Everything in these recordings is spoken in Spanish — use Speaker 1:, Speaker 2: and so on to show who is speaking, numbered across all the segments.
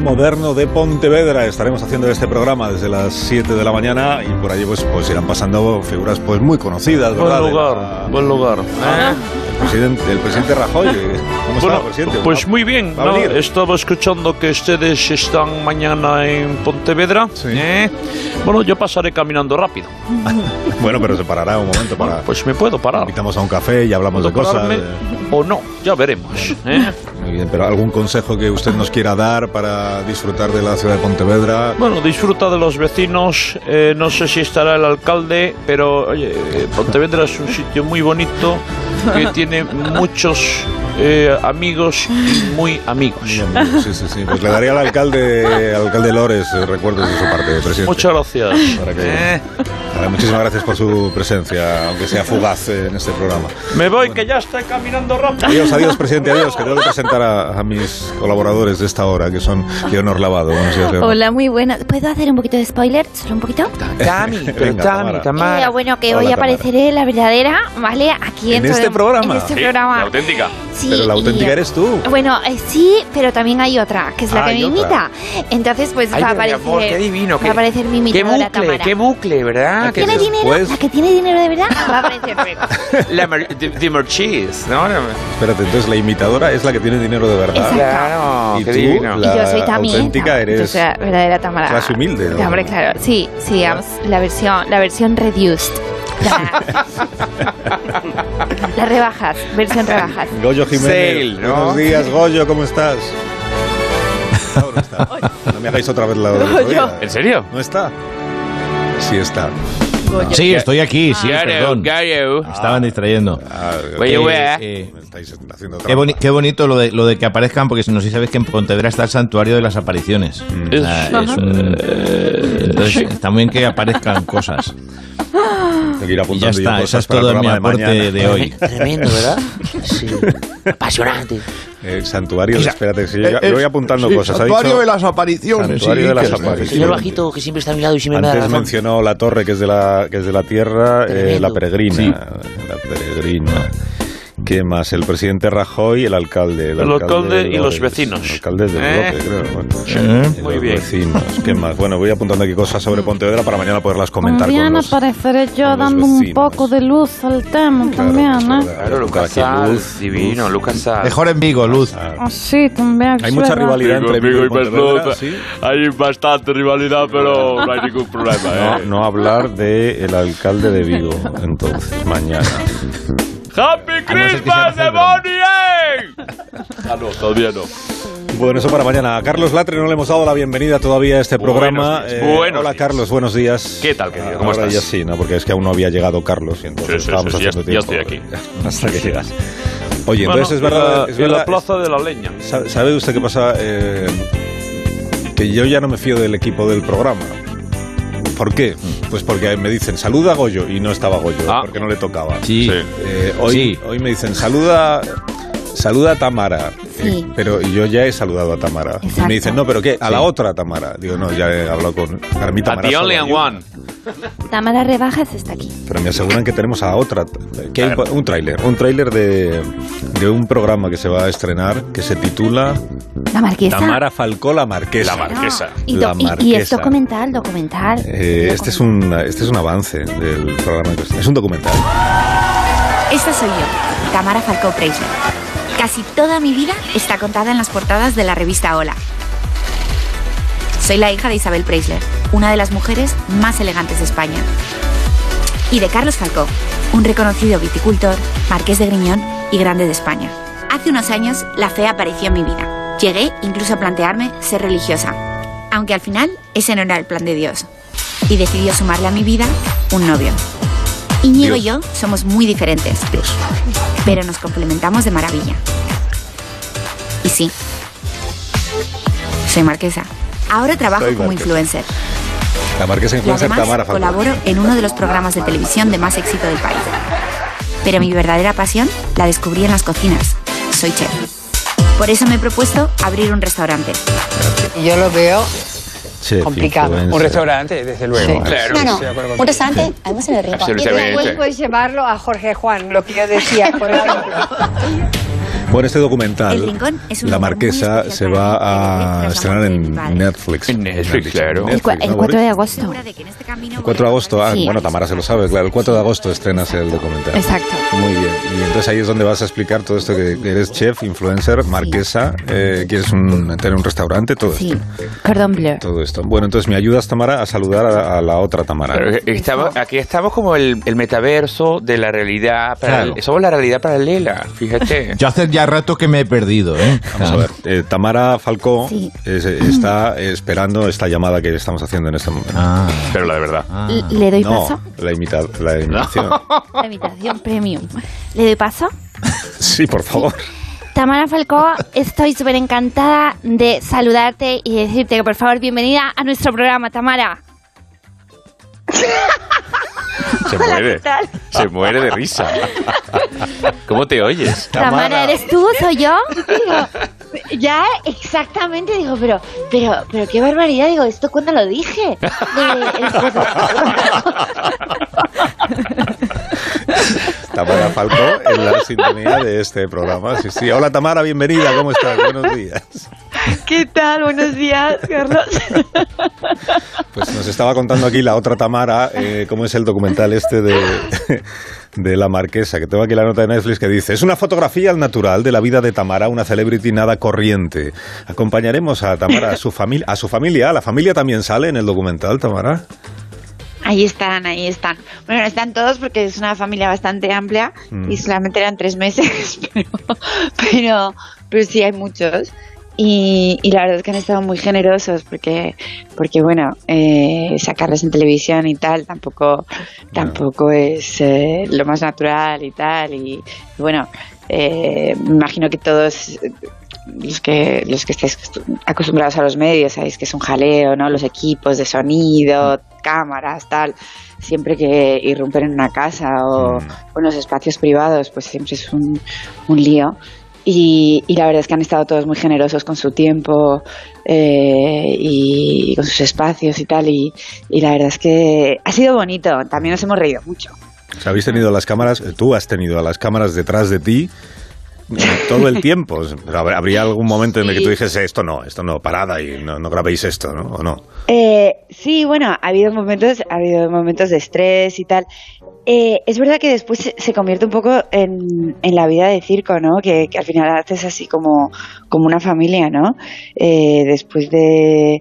Speaker 1: moderno de Pontevedra. Estaremos haciendo este programa desde las 7 de la mañana y por allí pues, pues irán pasando figuras pues muy conocidas,
Speaker 2: buen
Speaker 1: ¿verdad?
Speaker 2: Lugar,
Speaker 1: la...
Speaker 2: Buen lugar, buen
Speaker 1: ah, lugar. El presidente, el presidente Rajoy. ¿eh? ¿Cómo bueno, está, presidente?
Speaker 2: Pues muy bien.
Speaker 1: ¿Va a venir?
Speaker 2: No, estaba escuchando que ustedes están mañana en Pontevedra. Sí. ¿eh? Bueno, yo pasaré caminando rápido.
Speaker 1: bueno, pero se parará un momento para. Bueno,
Speaker 2: pues me puedo parar.
Speaker 1: Invitamos a un café y hablamos de cosas. De...
Speaker 2: O no, ya veremos. ¿eh?
Speaker 1: Muy bien, pero ¿algún consejo que usted nos quiera dar para disfrutar de la ciudad de Pontevedra?
Speaker 2: Bueno, disfruta de los vecinos. Eh, no sé si estará el alcalde, pero oye, eh, Pontevedra es un sitio muy bonito que tiene muchos eh, amigos y muy amigos.
Speaker 1: Sí, sí, sí. Pues le daría al alcalde, al alcalde Lores eh, recuerdos de su parte, presidente.
Speaker 2: Muchas gracias.
Speaker 1: Para
Speaker 3: Eh.
Speaker 1: que, para, muchísimas gracias por su presencia, aunque sea fugaz en este programa.
Speaker 2: Me voy, bueno. que ya estoy caminando rápido.
Speaker 1: Adiós, adiós, presidente, adiós, que tengo que presentar a, a mis colaboradores de esta hora, que son Leonor Lavado. Buenos días, Leonor.
Speaker 4: Hola, muy buenas. ¿Puedo hacer un poquito de spoiler? ¿Solo un poquito?
Speaker 3: Tami, pero Tami,
Speaker 4: eh, bueno, que Hola, hoy apareceré la verdadera, ¿vale? Aquí
Speaker 1: en este
Speaker 4: de,
Speaker 1: programa.
Speaker 4: En este programa.
Speaker 2: La auténtica.
Speaker 4: Sí,
Speaker 1: pero la auténtica
Speaker 4: y,
Speaker 1: eres tú.
Speaker 4: Bueno, eh, sí, pero también hay otra, que es la
Speaker 1: Ah,
Speaker 4: que me
Speaker 1: hay otra.
Speaker 4: imita. Entonces, pues
Speaker 3: Ay,
Speaker 4: va
Speaker 3: pero
Speaker 4: a
Speaker 3: mi
Speaker 4: aparecer.
Speaker 3: amor, qué divino,
Speaker 4: Va a
Speaker 3: qué-
Speaker 4: aparecer mi
Speaker 3: Qué
Speaker 4: imitadora
Speaker 3: bucle,
Speaker 4: Tamara.
Speaker 3: qué bucle, ¿verdad?
Speaker 4: La que
Speaker 3: Que
Speaker 4: tiene dinero,
Speaker 1: después-
Speaker 4: la que tiene dinero de verdad, va a aparecer luego.
Speaker 3: la mer- de, de Merchis, ¿no? La-
Speaker 1: Espérate, entonces la imitadora es la que tiene dinero de verdad.
Speaker 4: Exacto.
Speaker 3: Claro,
Speaker 1: Y
Speaker 3: qué
Speaker 1: tú,
Speaker 3: divino.
Speaker 1: La
Speaker 4: y yo soy ¿eh? también.
Speaker 1: auténtica eres-
Speaker 4: Yo soy la verdadera Tamara.
Speaker 1: clase humilde, ¿no?
Speaker 4: No, hombre, claro. Sí, sí, vamos, la versión, la versión reduced. La, Las rebajas, versión rebajas.
Speaker 1: Goyo Jiménez.
Speaker 3: Sale, ¿no?
Speaker 1: Buenos días, Goyo, ¿cómo estás? No, no está. No me hagáis otra vez la del otro día.
Speaker 2: ¿En serio?
Speaker 1: ¿No está? Sí está.
Speaker 5: Sí, estoy aquí, sí, perdón. Me estaban distrayendo.
Speaker 1: Ah,
Speaker 2: Oye,
Speaker 5: Eh,
Speaker 2: güey.
Speaker 5: eh,
Speaker 1: me estáis haciendo
Speaker 5: qué,
Speaker 1: otra
Speaker 5: boni- qué bonito lo de, lo de que aparezcan, porque si no, si sabes que en Pontevedra está el santuario de las apariciones.
Speaker 1: Mm.
Speaker 5: O sea, es un- entonces, está muy bien que aparezcan cosas.
Speaker 1: Tengo que ir
Speaker 5: Y ya
Speaker 1: apuntando yo
Speaker 5: está, ese
Speaker 1: cosas
Speaker 5: es
Speaker 1: para el
Speaker 5: todo mi
Speaker 1: programa
Speaker 5: aporte
Speaker 1: mañana.
Speaker 5: de, hoy.
Speaker 3: Tremendo, ¿verdad? Sí. Apasionante.
Speaker 1: El santuario,
Speaker 5: Mira, eh,
Speaker 1: espérate, sí, yo, yo voy apuntando cosas. ha dicho-
Speaker 5: las apariciones.
Speaker 1: Santuario de las apariciones.
Speaker 3: Señor Bajito, que siempre está a mi lado y siempre me da la
Speaker 1: Antes
Speaker 3: razón.
Speaker 1: mencionó la torre que es de la, que es de la tierra, eh, la
Speaker 3: Tremendo.
Speaker 1: peregrina. La peregrina. ¿Qué más? El presidente Rajoy, el alcalde. El,
Speaker 2: El alcalde
Speaker 1: de
Speaker 2: y los
Speaker 1: López.
Speaker 2: vecinos.
Speaker 1: El alcalde de
Speaker 2: ¿Eh?
Speaker 1: López, creo. bueno.
Speaker 5: Sí.
Speaker 1: Y
Speaker 2: Muy
Speaker 1: los
Speaker 2: bien.
Speaker 1: vecinos. ¿Qué más? Bueno, voy apuntando aquí cosas sobre Pontevedra para mañana poderlas comentar
Speaker 6: También
Speaker 1: con los...
Speaker 6: apareceré yo
Speaker 1: con los
Speaker 6: dando un
Speaker 1: vecinos.
Speaker 6: poco de luz al tema
Speaker 1: Claro,
Speaker 6: también,
Speaker 1: pues,
Speaker 6: ¿eh?
Speaker 3: Claro, Lucas
Speaker 1: Aquí
Speaker 3: Sal,
Speaker 1: luz,
Speaker 3: divino,
Speaker 1: luz.
Speaker 3: Lucas Sal.
Speaker 5: Mejor en Vigo, Luz.
Speaker 6: Ah, sí, también.
Speaker 1: Hay
Speaker 6: es
Speaker 1: mucha
Speaker 6: verdad.
Speaker 1: rivalidad entre Vigo y Pontevedra, ¿sí?
Speaker 2: Hay bastante rivalidad, pero no hay ningún problema. ¿eh?
Speaker 1: No, no hablar de el alcalde de Vigo, entonces, mañana.
Speaker 2: ¡Happy Christmas, Demonian! Ah, no, todavía no.
Speaker 1: Bueno, eso para mañana. A Carlos Latre no le hemos dado la bienvenida todavía a este
Speaker 2: Buenos
Speaker 1: programa.
Speaker 2: días, buenos
Speaker 1: hola,
Speaker 2: días.
Speaker 1: Carlos, buenos días. Ah,
Speaker 2: ¿Qué tal, querido? ¿Cómo
Speaker 1: Ahora
Speaker 2: estás?
Speaker 1: Ya sí, ¿no? Porque es que aún no había llegado Carlos y entonces
Speaker 2: Sí, sí,
Speaker 1: estábamos
Speaker 2: sí, sí, ya-
Speaker 1: haciendo
Speaker 2: ya
Speaker 1: tiempo.
Speaker 2: estoy
Speaker 1: Hasta que llegas. Oye,
Speaker 2: Bueno,
Speaker 1: entonces es
Speaker 2: en la-
Speaker 1: verdad... es
Speaker 2: en
Speaker 1: verdad-
Speaker 2: la plaza de la leña.
Speaker 1: ¿Sabe sabe usted qué pasa? Eh, que yo ya no me fío del equipo del programa. ¿Por qué? Pues porque me dicen, saluda a Goyo, y no estaba Goyo,
Speaker 2: Ah.
Speaker 1: porque no le tocaba.
Speaker 5: Sí.
Speaker 2: Sí.
Speaker 1: Eh, hoy,
Speaker 5: Sí.
Speaker 1: hoy me dicen, saluda, saluda a Tamara.
Speaker 4: Sí.
Speaker 1: Eh, pero yo ya he saludado a Tamara. Y
Speaker 4: Exacto.
Speaker 1: me dicen, no, pero ¿qué? A la otra Tamara. Digo, no, ya he hablado con para mí
Speaker 2: A
Speaker 1: Tamara
Speaker 2: ah, the
Speaker 1: solo
Speaker 2: only
Speaker 1: hay
Speaker 2: and
Speaker 1: una.
Speaker 2: one.
Speaker 4: Tamara Rebajas está aquí.
Speaker 1: Pero me aseguran que tenemos a otra. Que hay un tráiler. Un tráiler de, de un programa que se va a estrenar que se titula
Speaker 4: La marquesa.
Speaker 1: Tamara Falcó la Marquesa.
Speaker 2: La Marquesa.
Speaker 4: Ah, y,
Speaker 1: La
Speaker 4: do- y- y es
Speaker 1: marquesa.
Speaker 4: documental, documental.
Speaker 1: Eh, este, es un, este es un avance del programa. en cuestión. Es un documental.
Speaker 7: Esta soy yo, Tamara Falcó Preisler. Casi toda mi vida está contada en las portadas de la revista Hola. Soy la hija de Isabel Preisler, una de las mujeres más elegantes de España. Y de Carlos Falcó, un reconocido viticultor, marqués de Griñón y grande de España. Hace unos años, la fe apareció en mi vida. Llegué incluso a plantearme ser religiosa, aunque al final ese no era el plan de Dios. Y decidió sumarle a mi vida un novio. Íñigo y yo
Speaker 1: Dios.
Speaker 7: somos muy diferentes,
Speaker 1: Dios.
Speaker 7: pero nos complementamos de maravilla. Y sí, soy marquesa. Ahora trabajo
Speaker 1: Soy
Speaker 7: como
Speaker 1: marquesa.
Speaker 7: influencer
Speaker 1: La marquesa
Speaker 7: y
Speaker 1: influencer Tamara
Speaker 7: además
Speaker 1: Falcón.
Speaker 7: colaboro en uno de los programas de televisión de más éxito del país. Pero mi verdadera pasión la descubrí en las cocinas. Soy chef. Por eso me he propuesto abrir un restaurante.
Speaker 8: Yo lo veo
Speaker 1: Chef,
Speaker 8: Complicado.
Speaker 1: influencer.
Speaker 9: Un restaurante, desde luego.
Speaker 8: Sí.
Speaker 9: Claro.
Speaker 10: No, no,
Speaker 9: estoy de acuerdo
Speaker 10: un
Speaker 9: contigo.
Speaker 10: restaurante, además en el rincón.
Speaker 3: Absolutamente.
Speaker 8: Y después puedes llevarlo a Jorge Juan, lo que yo decía, por ejemplo.
Speaker 1: Bueno, este
Speaker 7: El
Speaker 1: documental,
Speaker 7: Rincón es un
Speaker 1: La
Speaker 7: lugar muy
Speaker 1: Marquesa,
Speaker 7: especial
Speaker 1: se
Speaker 7: para mí,
Speaker 1: va
Speaker 7: porque
Speaker 1: a
Speaker 7: me
Speaker 1: estrenar
Speaker 7: transforma en
Speaker 1: en
Speaker 7: mi padre.
Speaker 1: Netflix.
Speaker 3: En Netflix, claro.
Speaker 4: El, cua- el
Speaker 1: ¿no,
Speaker 4: 4 de
Speaker 1: Boris?
Speaker 4: agosto.
Speaker 7: Segura de que en este camino
Speaker 1: El
Speaker 7: voy a
Speaker 1: 4 de agosto, ah,
Speaker 4: Sí.
Speaker 1: bueno, Tamara se lo sabe, claro. El 4 de agosto estrenas el documental.
Speaker 4: Exacto.
Speaker 1: Muy bien. Y entonces ahí es donde vas a explicar todo esto que eres chef, influencer, marquesa, eh, quieres un, tener un restaurante, todo
Speaker 4: Sí,
Speaker 1: esto.
Speaker 4: Cordon Bleu.
Speaker 1: Todo esto. Bueno, entonces me ayudas, Tamara, a saludar a, a la otra Tamara.
Speaker 3: Claro, estamos- aquí estamos como el, el metaverso de la realidad. paral-
Speaker 5: Claro.
Speaker 3: Somos la realidad paralela, fíjate.
Speaker 5: Yo hace ya rato que me he perdido, ¿eh?
Speaker 1: Vamos a ver. eh, Tamara Falcó
Speaker 4: Sí.
Speaker 1: es- está esperando esta llamada que estamos haciendo en este momento.
Speaker 5: Ah,
Speaker 1: Pero la de verdad.
Speaker 5: ah.
Speaker 4: L- ¿Le doy paso?
Speaker 1: No, la, imita- la imitación.
Speaker 4: La invitación premium. ¿Le doy paso?
Speaker 1: Sí, por favor.
Speaker 4: Tamara Falcó, estoy súper encantada de saludarte y decirte que por favor bienvenida a nuestro programa, Tamara.
Speaker 3: Se muere. Se muere de risa. ¿Cómo te oyes?
Speaker 4: Tamara, ¿eres tú? ¿Soy yo?
Speaker 10: Digo, ya exactamente, digo, pero, pero, pero qué barbaridad, digo, ¿esto cuándo lo dije? De-
Speaker 1: Tamara Falcó en la sintonía de este programa. Sí, sí. Hola Tamara, bienvenida. ¿Cómo estás? Buenos días.
Speaker 10: ¿Qué tal? Buenos días, Carlos.
Speaker 1: Pues nos estaba contando aquí la otra Tamara eh, cómo es el documental este de, de la marquesa, que tengo aquí la nota de Netflix que dice, es una fotografía al natural de la vida de Tamara, una celebrity nada corriente. Acompañaremos a Tamara, a su, familia a su familia, la familia también sale en el documental, Tamara.
Speaker 10: Ahí están, ahí están. Bueno, no están todos porque es una familia bastante amplia
Speaker 1: Mm.
Speaker 10: y solamente eran tres meses, pero, pero, pero sí hay muchos. Y, y la verdad es que han estado muy generosos porque, porque bueno, eh, sacarlos en televisión y tal tampoco, tampoco es eh, lo más natural y tal. Y bueno, eh, me imagino que todos eh, los que los que estáis acostu- acostumbrados a los medios sabéis que es un jaleo, ¿no? Los equipos de sonido, cámaras, tal. Siempre que irrumpen en una casa o, o en los espacios privados, pues siempre es un, un lío. Y, y la verdad es que han estado todos muy generosos con su tiempo eh, y, con sus espacios y tal. Y, y la verdad es que ha sido bonito. También nos hemos reído mucho.
Speaker 1: O sea, habéis tenido las cámaras, eh, tú has tenido a las cámaras detrás de ti eh, todo el tiempo. Pero hab- habría algún momento en el que tú
Speaker 10: Sí.
Speaker 1: dijes, esto no, esto no, parada y no, no grabéis esto, ¿no? ¿O no?
Speaker 10: Eh, sí, bueno, ha habido momentos, ha habido momentos de estrés y tal. Eh, es verdad que después se- se convierte un poco en, en la vida de circo, ¿no? Que, que al final haces así como, como una familia, ¿no? Eh, después de,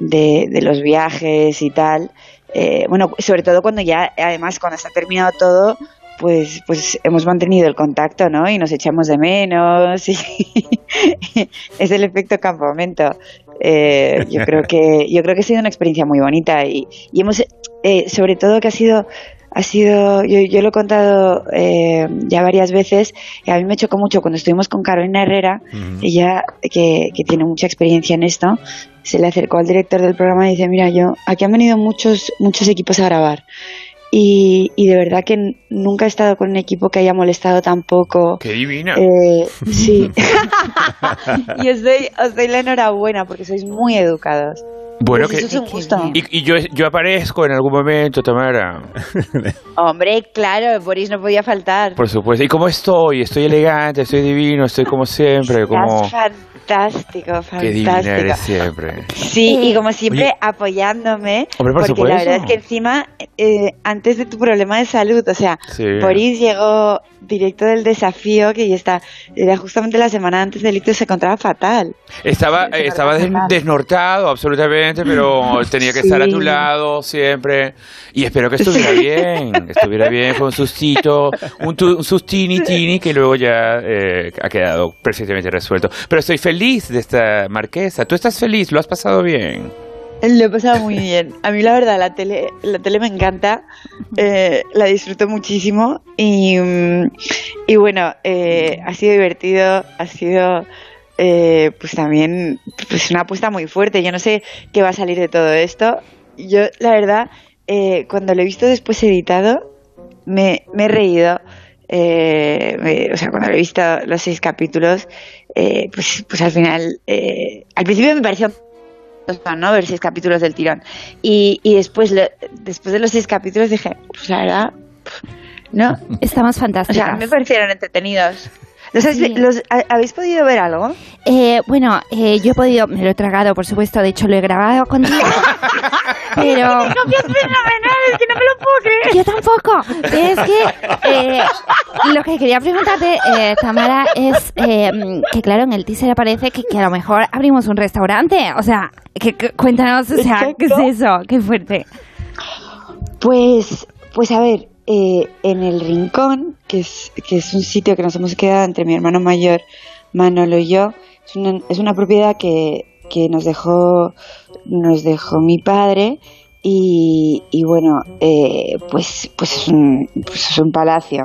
Speaker 10: de, de los viajes y tal. Eh, bueno, sobre todo cuando ya, además, cuando está terminado todo, pues, pues hemos mantenido el contacto, ¿no? Y nos echamos de menos. Y es el efecto campamento. Eh, yo creo que yo creo que ha sido una experiencia muy bonita y, y hemos, eh, sobre todo que ha sido ha sido yo, yo lo he contado eh, ya varias veces y a mí me chocó mucho cuando estuvimos con Carolina Herrera ella que, que tiene mucha experiencia en esto se le acercó al director del programa y dice mira yo aquí han venido muchos muchos equipos a grabar y, y de verdad que n- nunca he estado con un equipo que haya molestado tampoco
Speaker 3: Qué divina.
Speaker 10: eh, sí. y os doy, os doy la enhorabuena porque sois muy educados.
Speaker 3: Bueno,
Speaker 10: Pues
Speaker 3: que.
Speaker 10: eso es un gusto.
Speaker 3: Y, y yo, yo aparezco en algún momento, Tamara.
Speaker 10: Hombre, claro, Boris no podía faltar.
Speaker 3: Por supuesto. ¿Y cómo estoy? Estoy elegante, estoy divino, estoy como siempre. Como...
Speaker 10: Estás fantástico,
Speaker 3: Qué divina eres
Speaker 10: fantástico.
Speaker 3: siempre.
Speaker 10: Sí, y como siempre
Speaker 3: Oye.
Speaker 10: apoyándome,
Speaker 3: Hombre, por
Speaker 10: porque
Speaker 3: supuesto.
Speaker 10: la verdad es que encima, eh, antes de tu problema de salud, o sea,
Speaker 3: Sí.
Speaker 10: Boris llegó directo del desafío que ya está, era justamente la semana antes del hito, se encontraba fatal.
Speaker 3: Estaba,
Speaker 10: Se me
Speaker 3: estaba des-
Speaker 10: relacionaba.
Speaker 3: desnortado absolutamente, pero tenía que
Speaker 10: Sí.
Speaker 3: estar a tu lado siempre. Y espero que estuviera bien, que estuviera bien con un sustito, un, tu- un sustini tini que luego ya eh, ha quedado perfectamente resuelto. Pero estoy feliz de esta marquesa. Tú estás feliz, lo has pasado bien.
Speaker 10: Lo he pasado muy bien. A mí la verdad, la tele, la tele me encanta, eh, la disfruto muchísimo y, mm, y bueno, eh, ha sido divertido, ha sido eh, pues también pues una apuesta muy fuerte. Yo no sé qué va a salir de todo esto. Yo la verdad, eh, cuando lo he visto después editado, me, me he reído. Eh, me- o sea, cuando lo he visto los seis capítulos, eh, pues, pues al final, eh, al principio me pareció ¿no? ver seis capítulos del tirón. Y, y después, lo- después de los seis capítulos dije, pues la verdad, no.
Speaker 4: Estamos
Speaker 10: O sea, me
Speaker 4: fantásticas.
Speaker 10: parecieron entretenidos. ¿Los habéis-
Speaker 4: Sí.
Speaker 10: los- ha- ¿Habéis podido ver algo?
Speaker 4: Eh, bueno, eh, yo he podido, me lo he tragado, por supuesto, de hecho lo he grabado contigo. Pero
Speaker 10: es que no me lo puedo creer.
Speaker 4: yo tampoco. Es que eh, lo que quería preguntarte, eh, Tamara, es eh, mm, que claro, en el teaser aparece que, que a lo mejor abrimos un restaurante. O sea, que, que- cuéntanos, o sea, ¿qué es eso? Qué fuerte.
Speaker 10: Pues, pues a ver, eh, en el rincón, que es, que es un sitio que nos hemos quedado entre mi hermano mayor, Manolo y yo, es una, es una propiedad que, que nos dejó, nos dejó mi padre. Y, y bueno, eh, pues, pues, es un, pues es un palacio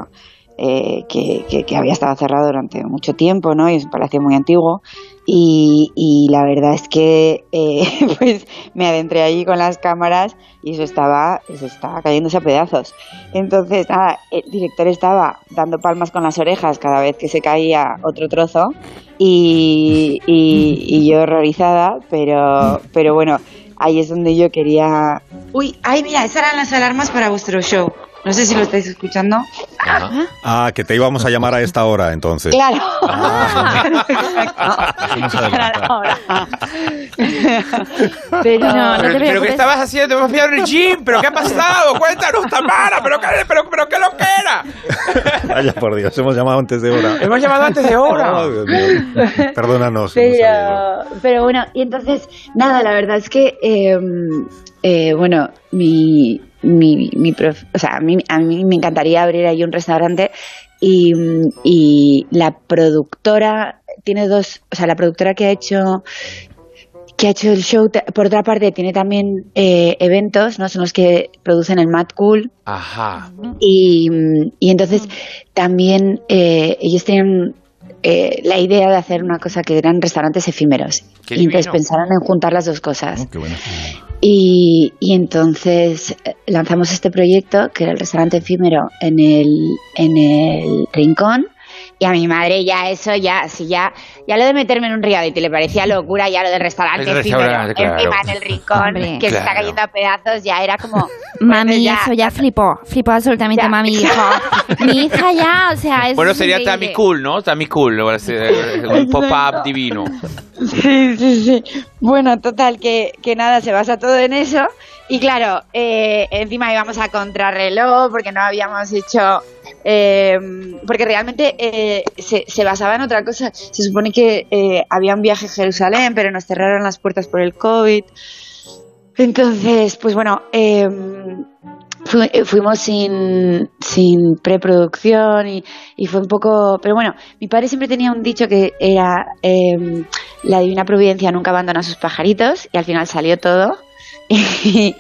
Speaker 10: eh, que, que- que había estado cerrado durante mucho tiempo, ¿no? Y es un palacio muy antiguo. Y, y la verdad es que eh, pues me adentré allí con las cámaras y eso estaba, eso estaba cayéndose a pedazos. Entonces, nada, el director estaba dando palmas con las orejas cada vez que se caía otro trozo y, y- y yo horrorizada, pero, pero bueno, ahí es donde yo quería... Uy, ay, mira, esas eran las alarmas para vuestro show. No sé si lo estáis escuchando.
Speaker 1: Ah, que te íbamos a llamar a esta hora entonces.
Speaker 10: Claro.
Speaker 5: Más adelante.
Speaker 10: Pero
Speaker 4: No,
Speaker 3: Ah,
Speaker 4: no te
Speaker 3: ¿Pero qué
Speaker 4: preocupes.
Speaker 3: estabas haciendo? ¿Te hemos pillado en el gym? ¿Pero qué ha pasado? Cuéntanos, Tamara. ¿Pero qué, pero, pero qué lo que era?
Speaker 1: Vaya por Dios, hemos llamado antes de hora.
Speaker 3: Hemos llamado antes de
Speaker 1: Oh,
Speaker 3: hora.
Speaker 1: Dios mío. Perdónanos. no sabía
Speaker 10: Pero, pero bueno, y entonces, nada, la verdad es que, eh, eh, bueno, mi, mi, mi prof- o sea, a mí, a mí me encantaría abrir ahí un restaurante y, mm, y la productora tiene dos, o sea, la productora que ha hecho que ha hecho el show, ta- por otra parte, tiene también eh, eventos, ¿no? Son los que producen el Mad Cool,
Speaker 1: Ah,
Speaker 3: Ajá.
Speaker 10: y, mm, y entonces también eh, ellos tenían eh, la idea de hacer una cosa que eran restaurantes efímeros.
Speaker 3: Qué
Speaker 10: y entonces
Speaker 3: divino.
Speaker 10: pensaron en juntar las dos cosas.
Speaker 5: Oh, qué bueno.
Speaker 10: Y, y entonces eh, lanzamos este proyecto, que era el restaurante efímero, en el, en el rincón. Y a mi madre ya eso, ya, si ya, ya lo de meterme en un reality le parecía locura, ya lo del restaurante,
Speaker 3: El
Speaker 10: efímero,
Speaker 3: restaurante, claro.
Speaker 10: encima en el rincón,
Speaker 4: Hombre.
Speaker 10: que se está
Speaker 3: Claro.
Speaker 10: cayendo a pedazos, ya era como...
Speaker 4: Mami,
Speaker 10: ya-
Speaker 4: eso ya flipó, flipó absolutamente,
Speaker 10: Ya.
Speaker 4: mami, hijo. Mi hija ya, o sea, es
Speaker 3: Bueno, sería Tammy
Speaker 4: increíble.
Speaker 3: Cool, ¿no? Tammy Cool. ¿no? Eh, Un pop-up divino.
Speaker 10: Sí, sí, sí. Bueno, total, que, que nada, se basa todo en eso. Y claro, eh, encima íbamos a contrarreloj porque no habíamos hecho... eh, porque realmente eh, se, se basaba en otra cosa. Se supone que eh, había un viaje a Jerusalén, pero nos cerraron las puertas por el COVID. Entonces, pues bueno, eh, fu- eh, fuimos sin, sin preproducción y, y fue un poco... Pero bueno, mi padre siempre tenía un dicho que era eh, la divina providencia nunca abandona a sus pajaritos y al final salió todo.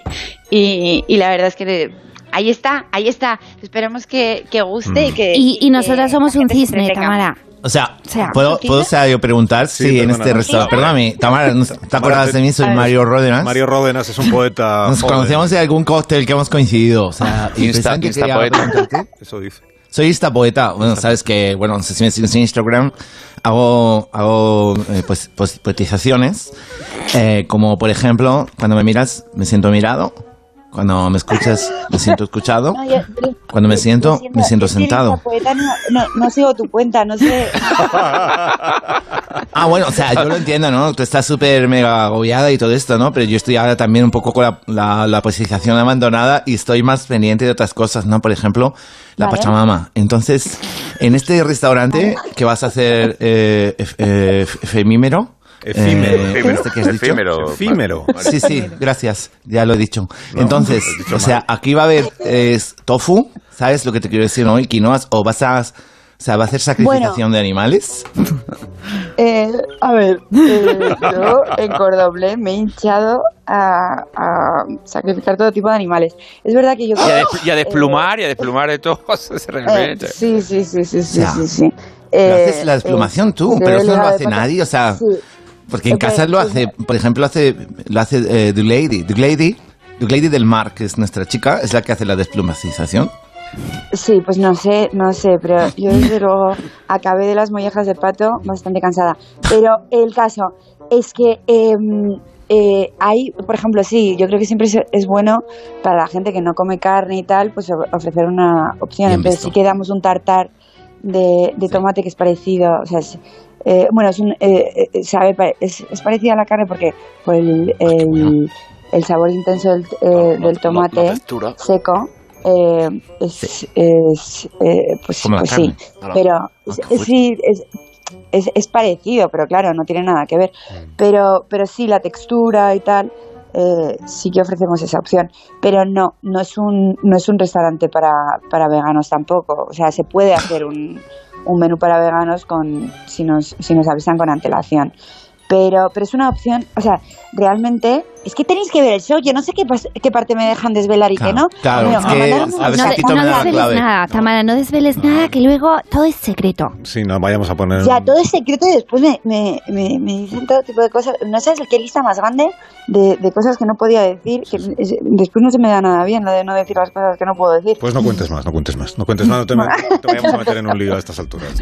Speaker 10: Y, y- y la verdad es que ahí está, ahí está. Esperemos que, que guste
Speaker 5: Mm.
Speaker 10: y que...
Speaker 4: Y, y
Speaker 10: que
Speaker 4: nosotras somos
Speaker 10: la
Speaker 4: un
Speaker 10: gente se
Speaker 4: cisne,
Speaker 10: entretenga.
Speaker 4: Tamara.
Speaker 5: O sea,
Speaker 4: O sea,
Speaker 5: ¿puedo,
Speaker 10: ¿quién
Speaker 5: ¿puedo
Speaker 10: es?
Speaker 5: o sea, yo preguntar
Speaker 1: Sí,
Speaker 5: si en
Speaker 1: perdona,
Speaker 5: este
Speaker 1: no.
Speaker 5: restaurante... Perdóname, Tamara, ¿no ¿te acuerdas de mí? Soy
Speaker 10: A ver.
Speaker 5: Mario Rodenas.
Speaker 1: Mario Ródenas es un poeta.
Speaker 5: Nos
Speaker 1: joven. Ah,
Speaker 5: conocemos de algún cóctel que hemos coincidido. O sea, y
Speaker 3: Insta,
Speaker 5: pensaban que
Speaker 3: Insta
Speaker 5: quería
Speaker 3: poeta.
Speaker 1: Eso dice.
Speaker 5: Soy esta poeta, bueno, sabes que, bueno, si me sigues en Instagram, hago, hago eh, pues, pues, poetizaciones, eh, como por ejemplo, cuando me miras, me siento mirado, cuando me escuchas, me siento escuchado,
Speaker 10: No, yo- yo-
Speaker 5: cuando me siento, me siento
Speaker 10: es que en
Speaker 5: sentado.
Speaker 10: esta poeta no, no, no sigo tu cuenta, no sé.
Speaker 5: Ah, bueno, o sea, yo lo entiendo, ¿no? Tú estás súper mega agobiada y todo esto, ¿no? Pero yo estoy ahora también un poco con la, la, la posición abandonada y estoy más pendiente de otras cosas, ¿no? Por ejemplo, la
Speaker 10: Vale.
Speaker 5: Pachamama. Entonces, en este restaurante que vas a hacer eh, ef- eh, ef- efemímero.
Speaker 1: Efímero,
Speaker 5: eh,
Speaker 1: efímero,
Speaker 5: este que has dicho.
Speaker 3: efímero.
Speaker 1: Efímero.
Speaker 5: Sí, sí, gracias, ya lo he dicho.
Speaker 1: No,
Speaker 5: Entonces,
Speaker 1: lo has dicho
Speaker 5: o sea, aquí va a haber es, tofu, ¿sabes lo que te quiero decir hoy? Quinoas, o vas a, o sea, va a hacer sacrificación de animales.
Speaker 10: Eh, a ver, eh, yo en Cordoble me he hinchado a, a sacrificar todo tipo de animales. Es verdad que yo...
Speaker 3: Y a, des- y
Speaker 11: Oh.
Speaker 3: a desplumar, y a desplumar de todo, realmente.
Speaker 10: Eh, sí, sí, sí, sí, sí,
Speaker 5: Ya.
Speaker 10: sí, sí.
Speaker 5: Lo
Speaker 10: Eh,
Speaker 5: haces la desplumación
Speaker 10: eh,
Speaker 5: tú,
Speaker 10: de
Speaker 5: pero eso no lo
Speaker 10: verdad,
Speaker 5: hace
Speaker 10: de pata-
Speaker 5: nadie, o sea,
Speaker 10: Sí.
Speaker 5: porque en
Speaker 10: Eh,
Speaker 5: casa lo
Speaker 10: pues,
Speaker 5: hace, por ejemplo, lo hace, lo hace eh, The Lady, The Lady, The Lady del Mar, que es nuestra chica, es la que hace la desplumacización.
Speaker 10: Sí, pues no sé, no sé, pero yo desde luego acabé de las mollejas de pato bastante cansada. Pero el caso es que em, eh, hay, por ejemplo, sí, yo creo que siempre es, es bueno para la gente que no come carne y tal, pues of- ofrecer una opción.
Speaker 5: Bien
Speaker 10: Entonces sí
Speaker 5: visto.
Speaker 10: que damos un tartar de, de tomate que es parecido, o sea, es, eh, bueno, es, un, eh, eh, sabe, pa- es, es parecida a la carne porque por el, el, el sabor intenso del, eh, del tomate seco eh, es, es, eh, pues,
Speaker 5: Como la
Speaker 10: pues sí
Speaker 5: carne. Claro.
Speaker 10: pero es- es- sí es, es, es parecido pero claro no tiene nada que ver pero pero sí la textura y tal eh, sí que ofrecemos esa opción pero no no es un no es un restaurante para, para veganos tampoco o sea se puede hacer un, un menú para veganos con si nos si nos avisan con antelación pero, pero es una opción, o sea, realmente es que tenéis que ver el show. Yo no sé qué, pas- qué parte me dejan desvelar y qué no.
Speaker 5: claro,
Speaker 10: Pero
Speaker 5: es
Speaker 10: me
Speaker 5: que
Speaker 10: mandaron un
Speaker 5: a ver
Speaker 4: No,
Speaker 5: si
Speaker 4: de-
Speaker 5: Tito
Speaker 4: no
Speaker 5: me da la
Speaker 4: desveles
Speaker 5: clave.
Speaker 4: nada, Tamara, no desveles nada, que luego todo es secreto.
Speaker 1: Sí, no vayamos a poner.
Speaker 10: Ya, todo es secreto y después me, me, me, me dicen todo tipo de cosas. No sabes qué lista más grande de, de cosas que no podía decir. Que es- después no se me da nada bien lo de no decir las cosas que no puedo decir.
Speaker 1: Pues no cuentes más, no cuentes más, no cuentes más, no te, no te vayamos a meter en un lío a estas alturas.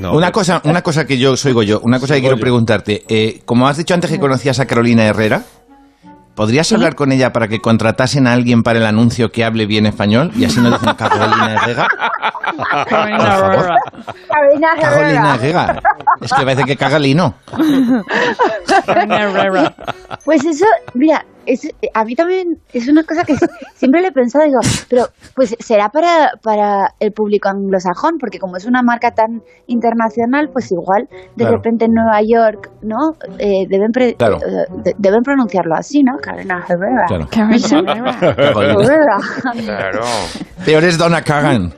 Speaker 1: No, pues,
Speaker 5: Una cosa, una cosa que yo soy yo, una cosa que quiero
Speaker 1: Goyo.
Speaker 5: preguntarte. eh, como has dicho antes que conocías a Carolina Herrera, ¿podrías hablar con ella para que contratasen a alguien para el anuncio que hable bien español? Y así no dicen Carolina Herrera.
Speaker 7: Carolina
Speaker 5: favor.
Speaker 7: Herrera.
Speaker 10: Carolina
Speaker 5: Carolina Herrera. Es que parece que cagalino.
Speaker 7: Carolina Herrera.
Speaker 10: Pues eso, mira, es, a mí también es una cosa que siempre le he pensado, digo, pero pues será para, para el público anglosajón, porque como es una marca tan internacional, pues igual de
Speaker 1: Claro.
Speaker 10: repente en Nueva York, ¿no? Eh, deben, pre-
Speaker 5: Claro.
Speaker 10: eh, de- deben pronunciarlo así, ¿no? Carolina Herrera.
Speaker 5: Claro.
Speaker 4: Carolina Herrera.
Speaker 5: Carolina.
Speaker 10: Herrera.
Speaker 3: Claro.
Speaker 5: Peor es Donna Kagan.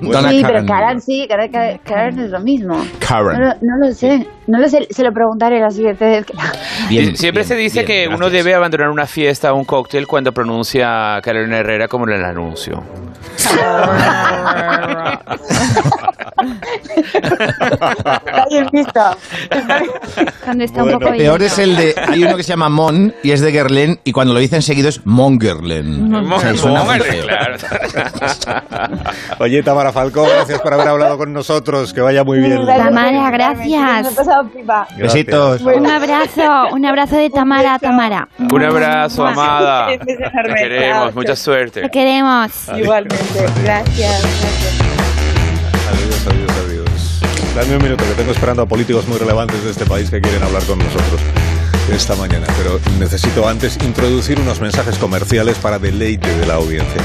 Speaker 5: Donna
Speaker 10: sí, pero
Speaker 5: Kagan.
Speaker 10: Karen sí, Karen, Karen- Karen es lo mismo.
Speaker 5: Karen.
Speaker 10: No, lo- no lo sé, no lo sé, se lo preguntaré la siguiente vez que la-
Speaker 5: Bien,
Speaker 3: Siempre
Speaker 5: bien,
Speaker 3: se dice
Speaker 5: bien,
Speaker 3: que
Speaker 5: gracias.
Speaker 3: uno debe abandonar una fiesta o un cóctel cuando pronuncia a Carolina Herrera como en el anuncio.
Speaker 10: Está bien visto.
Speaker 4: Cuando está
Speaker 1: Bueno,
Speaker 4: un poco
Speaker 5: Peor es el de. Hay uno que se llama Mon y es de Gerlen y cuando lo dicen seguido es Mongerlen. O sea, suena muy
Speaker 3: Móngale,
Speaker 5: feo.
Speaker 3: claro.
Speaker 1: Oye, Tamara Falcón, gracias por haber hablado con nosotros, que vaya muy bien.
Speaker 4: Tamara, gracias.
Speaker 10: Me he pasado pipa.
Speaker 1: Gracias.
Speaker 5: Besitos.
Speaker 4: Un abrazo, un abrazo de Tamara a Tamara.
Speaker 3: Un abrazo, amada. Te queremos, mucha
Speaker 4: Te
Speaker 3: suerte.
Speaker 4: queremos.
Speaker 10: Igualmente, gracias.
Speaker 1: Adiós, adiós, adiós. Dame un minuto, que tengo esperando a políticos muy relevantes de este país que quieren hablar con nosotros esta mañana, pero necesito antes introducir unos mensajes comerciales para deleite de la audiencia.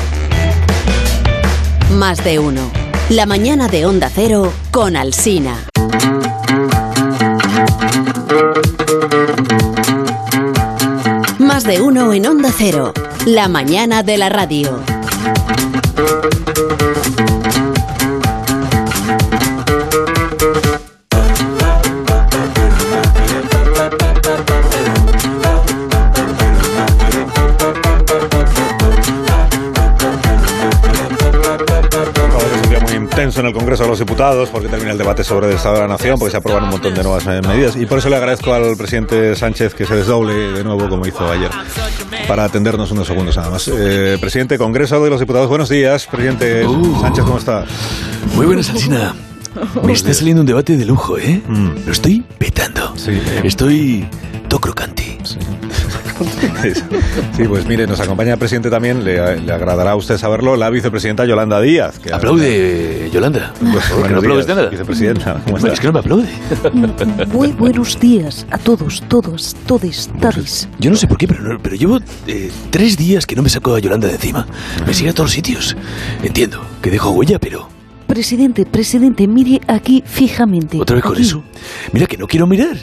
Speaker 11: Más de uno. La mañana de Onda Cero con Alsina. Más de uno en Onda Cero. La mañana de la radio.
Speaker 1: Ahora es un día muy intenso en el Congreso de los Diputados porque termina el debate sobre el Estado de la Nación, porque se aprueban un montón de nuevas eh, medidas y por eso le agradezco al presidente Sánchez que se desdoble de nuevo como hizo ayer para atendernos unos segundos nada más. Eh, presidente, Congreso de los Diputados, buenos días. Presidente Sánchez, ¿cómo está?
Speaker 12: Uh. Muy buenas, Alsina. Me está saliendo un debate de lujo, ¿eh? Lo estoy petando.
Speaker 1: Mm. Sí. eh.
Speaker 12: Estoy todo crocante.
Speaker 1: Sí, pues mire, nos acompaña el presidente también, le, le agradará a usted saberlo, la vicepresidenta Yolanda Díaz. que-
Speaker 12: Aplaude, Yolanda.
Speaker 1: Pues,
Speaker 12: Porque no
Speaker 1: buenos
Speaker 12: aplaudes
Speaker 1: días,
Speaker 12: nada.
Speaker 1: Vicepresidenta, ¿cómo
Speaker 12: Bueno,
Speaker 1: está?
Speaker 12: es que no me aplaude.
Speaker 13: Muy buenos días a todos, todas, todes, todes.
Speaker 12: Yo no sé por qué, pero, no- pero llevo eh, tres días que no me saco a Yolanda de encima. Me sigue a todos sitios. Entiendo que dejo huella, pero
Speaker 13: Presidente, presidente, mire aquí fijamente.
Speaker 12: otra vez con
Speaker 13: Aquí.
Speaker 12: eso. Mira que no quiero mirar.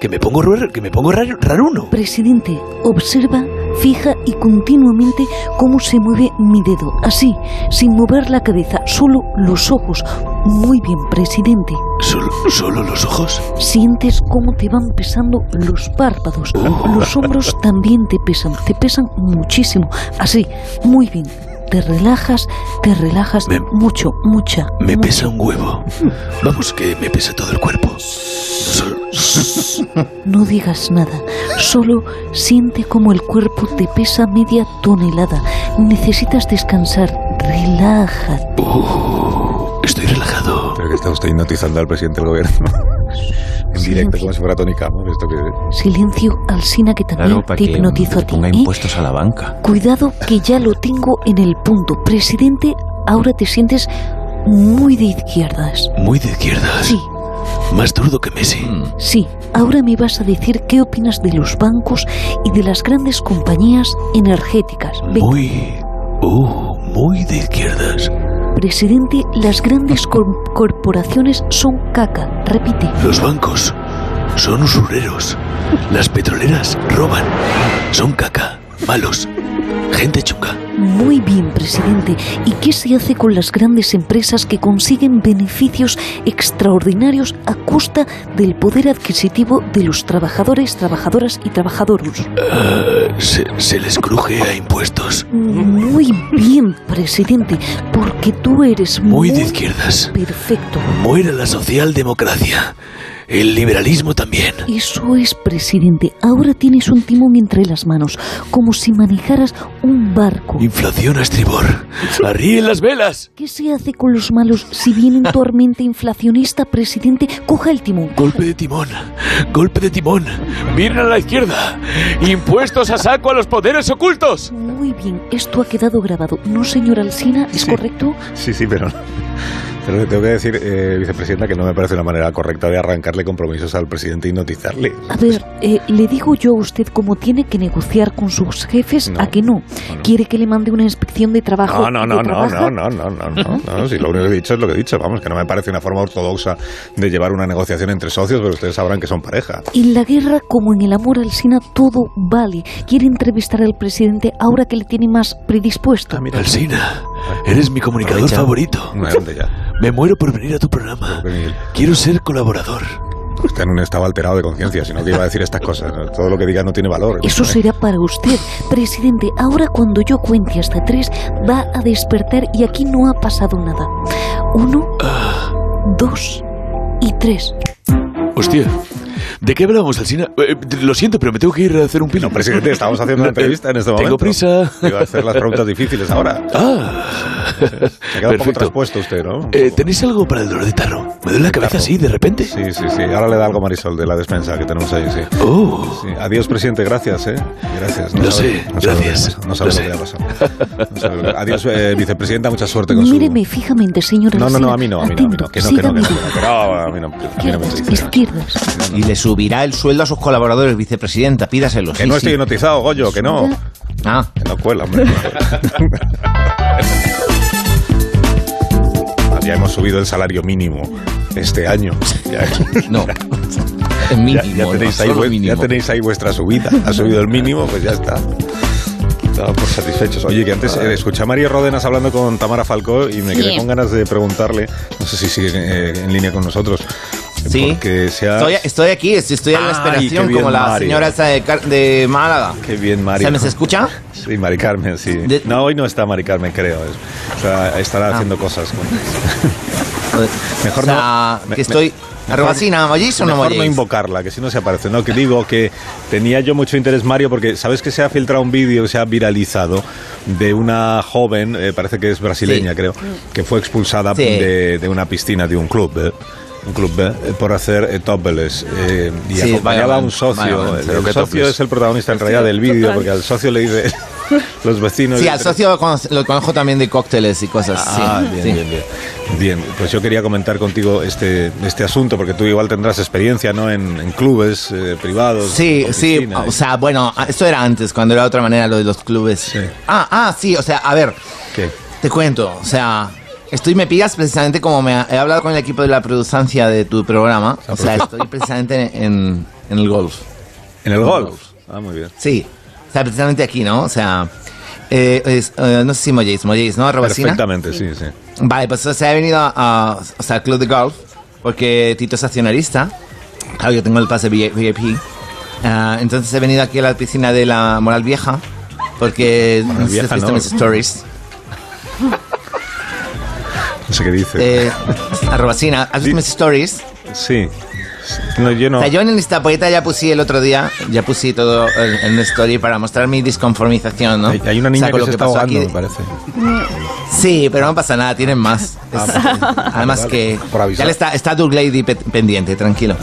Speaker 12: Que me pongo raro, que me pongo raro, raruno.
Speaker 13: Presidente, observa, fija y continuamente cómo se mueve mi dedo. Así, sin mover la cabeza, solo los ojos. Muy bien, presidente.
Speaker 12: ¿Sol- ¿Solo los ojos?
Speaker 13: Sientes cómo te van pesando los párpados.
Speaker 14: Uh.
Speaker 13: Los hombros también te pesan, te pesan muchísimo. Así, muy bien. Te relajas, te relajas mucho, mucha.
Speaker 12: Me pesa un huevo. Vamos, que me pesa todo el cuerpo. No solo-
Speaker 13: No digas nada, solo siente como el cuerpo te pesa media tonelada. Necesitas descansar, relájate.
Speaker 12: Uh, Estoy relajado.
Speaker 1: Pero que está usted hipnotizando al presidente del gobierno. en directo, como si fuera Tony Camo. Esto que...
Speaker 13: Silencio, Alsina, que también
Speaker 14: Claro, para
Speaker 13: te
Speaker 14: que
Speaker 13: hipnotizó a
Speaker 14: les
Speaker 13: ti.
Speaker 14: ponga
Speaker 13: ¿eh?
Speaker 14: impuestos a la banca.
Speaker 13: Cuidado que ya lo tengo en el punto. Presidente, ahora te sientes muy de izquierdas.
Speaker 12: Muy de izquierdas.
Speaker 13: Sí. Mm.
Speaker 12: Más zurdo que Messi.
Speaker 13: Sí, ahora me vas a decir qué opinas de los bancos y de las grandes compañías energéticas. Venga.
Speaker 12: Muy. Uh, muy de izquierdas.
Speaker 13: Presidente, las grandes cor- corporaciones son caca. Repite.
Speaker 12: Los bancos son usureros. Las petroleras roban. Son caca. Malos. Gente chunga.
Speaker 13: Muy bien, presidente. ¿Y qué se hace con las grandes empresas que consiguen beneficios extraordinarios a costa del poder adquisitivo de los trabajadores, trabajadoras y trabajadores?
Speaker 12: Ah, se, se les cruje a impuestos.
Speaker 13: Muy bien, presidente, porque tú eres muy,
Speaker 12: Muy de izquierdas.
Speaker 13: perfecto.
Speaker 12: Muera la socialdemocracia. El liberalismo también.
Speaker 13: Eso es, presidente. Ahora tienes un timón entre las manos, como si manejaras un barco.
Speaker 12: Inflación a estribor. Arríen las velas.
Speaker 13: ¿Qué se hace con los malos si viene un tormenta inflacionista, presidente? Coja el timón.
Speaker 12: Golpe de timón. Golpe de timón. Miren a la izquierda. Impuestos a saco a los poderes ocultos.
Speaker 13: Muy bien, esto ha quedado grabado. ¿No, señor Alsina? ¿Es correcto?
Speaker 1: Sí, sí, pero... Pero le tengo que decir, eh, vicepresidenta, que no me parece una manera correcta de arrancarle compromisos al presidente y hipnotizarle.
Speaker 13: A ver, eh, le digo yo a usted cómo tiene que negociar con sus jefes a que no. ¿Quiere que le mande una inspección de trabajo?
Speaker 1: No, no, no,
Speaker 13: de
Speaker 1: no,
Speaker 13: trabajo?
Speaker 1: no, no, no, no, no, no, Si lo único que he dicho es lo que he dicho. Vamos, que no me parece una forma ortodoxa de llevar una negociación entre socios, pero ustedes sabrán que son pareja.
Speaker 13: En la guerra, como en el amor, Alsina, todo vale. Quiere entrevistar al presidente ahora que le tiene más
Speaker 1: Ah,
Speaker 13: predispuesto.
Speaker 12: Alsina, eres mi comunicador
Speaker 1: Aprovecha.
Speaker 12: favorito. Me muero por venir a tu programa. Quiero ser colaborador.
Speaker 1: Está en Pues un estado alterado de conciencia, sino que iba a decir estas cosas. ¿no? Todo lo que diga no tiene valor.
Speaker 13: Eso será para usted, presidente. Ahora cuando yo cuente hasta tres, va a despertar y aquí no ha pasado nada. Uno,
Speaker 1: Ah.
Speaker 13: dos y tres.
Speaker 12: Hostia. ¿De qué hablábamos, Alsina? Eh, lo siento, pero me tengo que ir a hacer un pino.
Speaker 1: presidente, estamos haciendo una entrevista en este
Speaker 12: Tengo
Speaker 1: momento.
Speaker 12: prisa.
Speaker 1: Iba a hacer las preguntas difíciles ahora.
Speaker 12: Ah.
Speaker 1: Se ha quedado un poco
Speaker 12: Perfecto.
Speaker 1: traspuesto usted, ¿no?
Speaker 12: Eh, ¿Tenéis algo para el dolor de tarro? Me duele la cabeza así, de repente.
Speaker 1: Sí, sí, sí. Ahora le da algo Marisol de la despensa que tenemos ahí, sí. Sí. Adiós, presidente. Gracias, ¿eh? Gracias.
Speaker 12: Oh. Lo
Speaker 1: sabe-
Speaker 12: sé,
Speaker 1: no sabe
Speaker 12: gracias.
Speaker 1: lo que ha pasado, No sabe lo que
Speaker 12: Lo
Speaker 1: ha pasado. No sabe lo que- Adiós, eh, vicepresidenta. Mucha suerte con su...
Speaker 13: Míreme fijamente, señor.
Speaker 1: No, no, no,
Speaker 13: Alsina.
Speaker 1: a mí no, a mí no, a mí no, que no, que no, que no, que no, que no, a mí no, a mí no me dice.
Speaker 13: Izquierdas.
Speaker 5: Y le subirá el sueldo a sus colaboradores, vicepresidenta. Pídaselo.
Speaker 1: Que no estoy hipnotizado, Goyo, que no.
Speaker 5: Ah.
Speaker 1: Que no cuela, hombre. Ya hemos subido el salario mínimo este año.
Speaker 5: no.
Speaker 1: Ya, ya tenéis ahí,
Speaker 5: solo
Speaker 1: vue- ya
Speaker 5: mínimo.
Speaker 1: tenéis ahí vuestra subida. Ha subido el mínimo, pues ya está. Estamos por satisfechos. Oye, que antes eh, escuché a María Rodenas hablando con Tamara Falcó y me quedé
Speaker 5: Sí.
Speaker 1: con ganas de preguntarle, no sé si sigue eh, en línea con nosotros,
Speaker 5: Sí.
Speaker 1: porque se ha...
Speaker 5: Estoy, estoy aquí, estoy estoy en la
Speaker 1: Ay,
Speaker 5: esperación
Speaker 1: qué bien,
Speaker 5: como la
Speaker 1: Mario.
Speaker 5: señora esa de, Car- de Málaga.
Speaker 1: Qué bien, María.
Speaker 5: ¿Se me se escucha?
Speaker 1: Sí, Mari Carmen, sí. No, hoy no está Mari Carmen, creo. O sea, estará haciendo cosas. con- mejor
Speaker 5: Ah. o sea,
Speaker 1: no. me-
Speaker 5: que estoy- Arrobacina, ¿molléis o no
Speaker 1: mejor no
Speaker 5: molléis?
Speaker 1: invocarla, que si no se aparece. No, que digo que tenía yo mucho interés, Mario, porque sabes que se ha filtrado un vídeo, se ha viralizado, de una joven, eh, parece que es brasileña,
Speaker 5: Sí.
Speaker 1: creo, que fue expulsada
Speaker 5: Sí.
Speaker 1: de, de una piscina, de un club. eh, un club eh, por hacer eh, topless eh, y
Speaker 5: Sí, vaya
Speaker 1: acompañaba a
Speaker 5: man,
Speaker 1: un socio eh,
Speaker 5: vaya man,
Speaker 1: el,
Speaker 5: pero qué
Speaker 1: socio
Speaker 5: topless.
Speaker 1: es el protagonista en realidad del vídeo porque al socio le dice los vecinos
Speaker 5: Sí, al socio lo conoz- lo conozco también de cócteles y cosas.
Speaker 1: Ah,
Speaker 5: sí,
Speaker 1: bien,
Speaker 5: sí.
Speaker 1: bien, bien. Bien, pues yo quería comentar contigo este, este asunto, porque tú igual tendrás experiencia, ¿no? En, en clubes eh, privados.
Speaker 5: Sí,
Speaker 1: con
Speaker 5: sí,
Speaker 1: piscina.
Speaker 5: o sea, bueno, esto era antes, cuando era de otra manera lo de los clubes. Ah, ah, sí, o sea, a ver,
Speaker 1: ¿Qué?
Speaker 5: te cuento, o sea, estoy, me pillas precisamente como me he hablado con el equipo de la producencia de tu programa,
Speaker 1: Ah,
Speaker 5: o sea, estoy precisamente en, en- en el golf.
Speaker 1: ¿En el golf? Ah, muy bien.
Speaker 5: Sí, o sea, precisamente aquí, ¿no? O sea, eh, es, eh, no sé si molléis, molléis, ¿no? Arrobacina.
Speaker 1: Perfectamente, sí, sí.
Speaker 5: Vale, pues se ha venido a, o sea, al club de golf porque Tito es accionarista. Claro, yo tengo el pase VIP. Ah, entonces he venido aquí a la piscina de la Moral Vieja porque
Speaker 1: Moral
Speaker 5: no sé si has
Speaker 1: Vieja,
Speaker 5: visto
Speaker 1: no.
Speaker 5: mis stories.
Speaker 1: No sé qué dice.
Speaker 5: Eh, arrobacina, ¿has visto mis stories?
Speaker 1: Sí. No, yo no.
Speaker 5: O sea, yo en el Instapoeta ya puse el otro día, ya puse todo en en story para mostrar mi disconformización, ¿no? Hay,
Speaker 1: Una niña que se está ahogando, me parece.
Speaker 5: Sí, pero no pasa nada, tienen más.
Speaker 1: Ah,
Speaker 5: Es-
Speaker 1: vale.
Speaker 5: además
Speaker 1: Vale,
Speaker 5: que
Speaker 1: por avisar.
Speaker 5: ya le está, está Doug Lady pe- pendiente, tranquilo.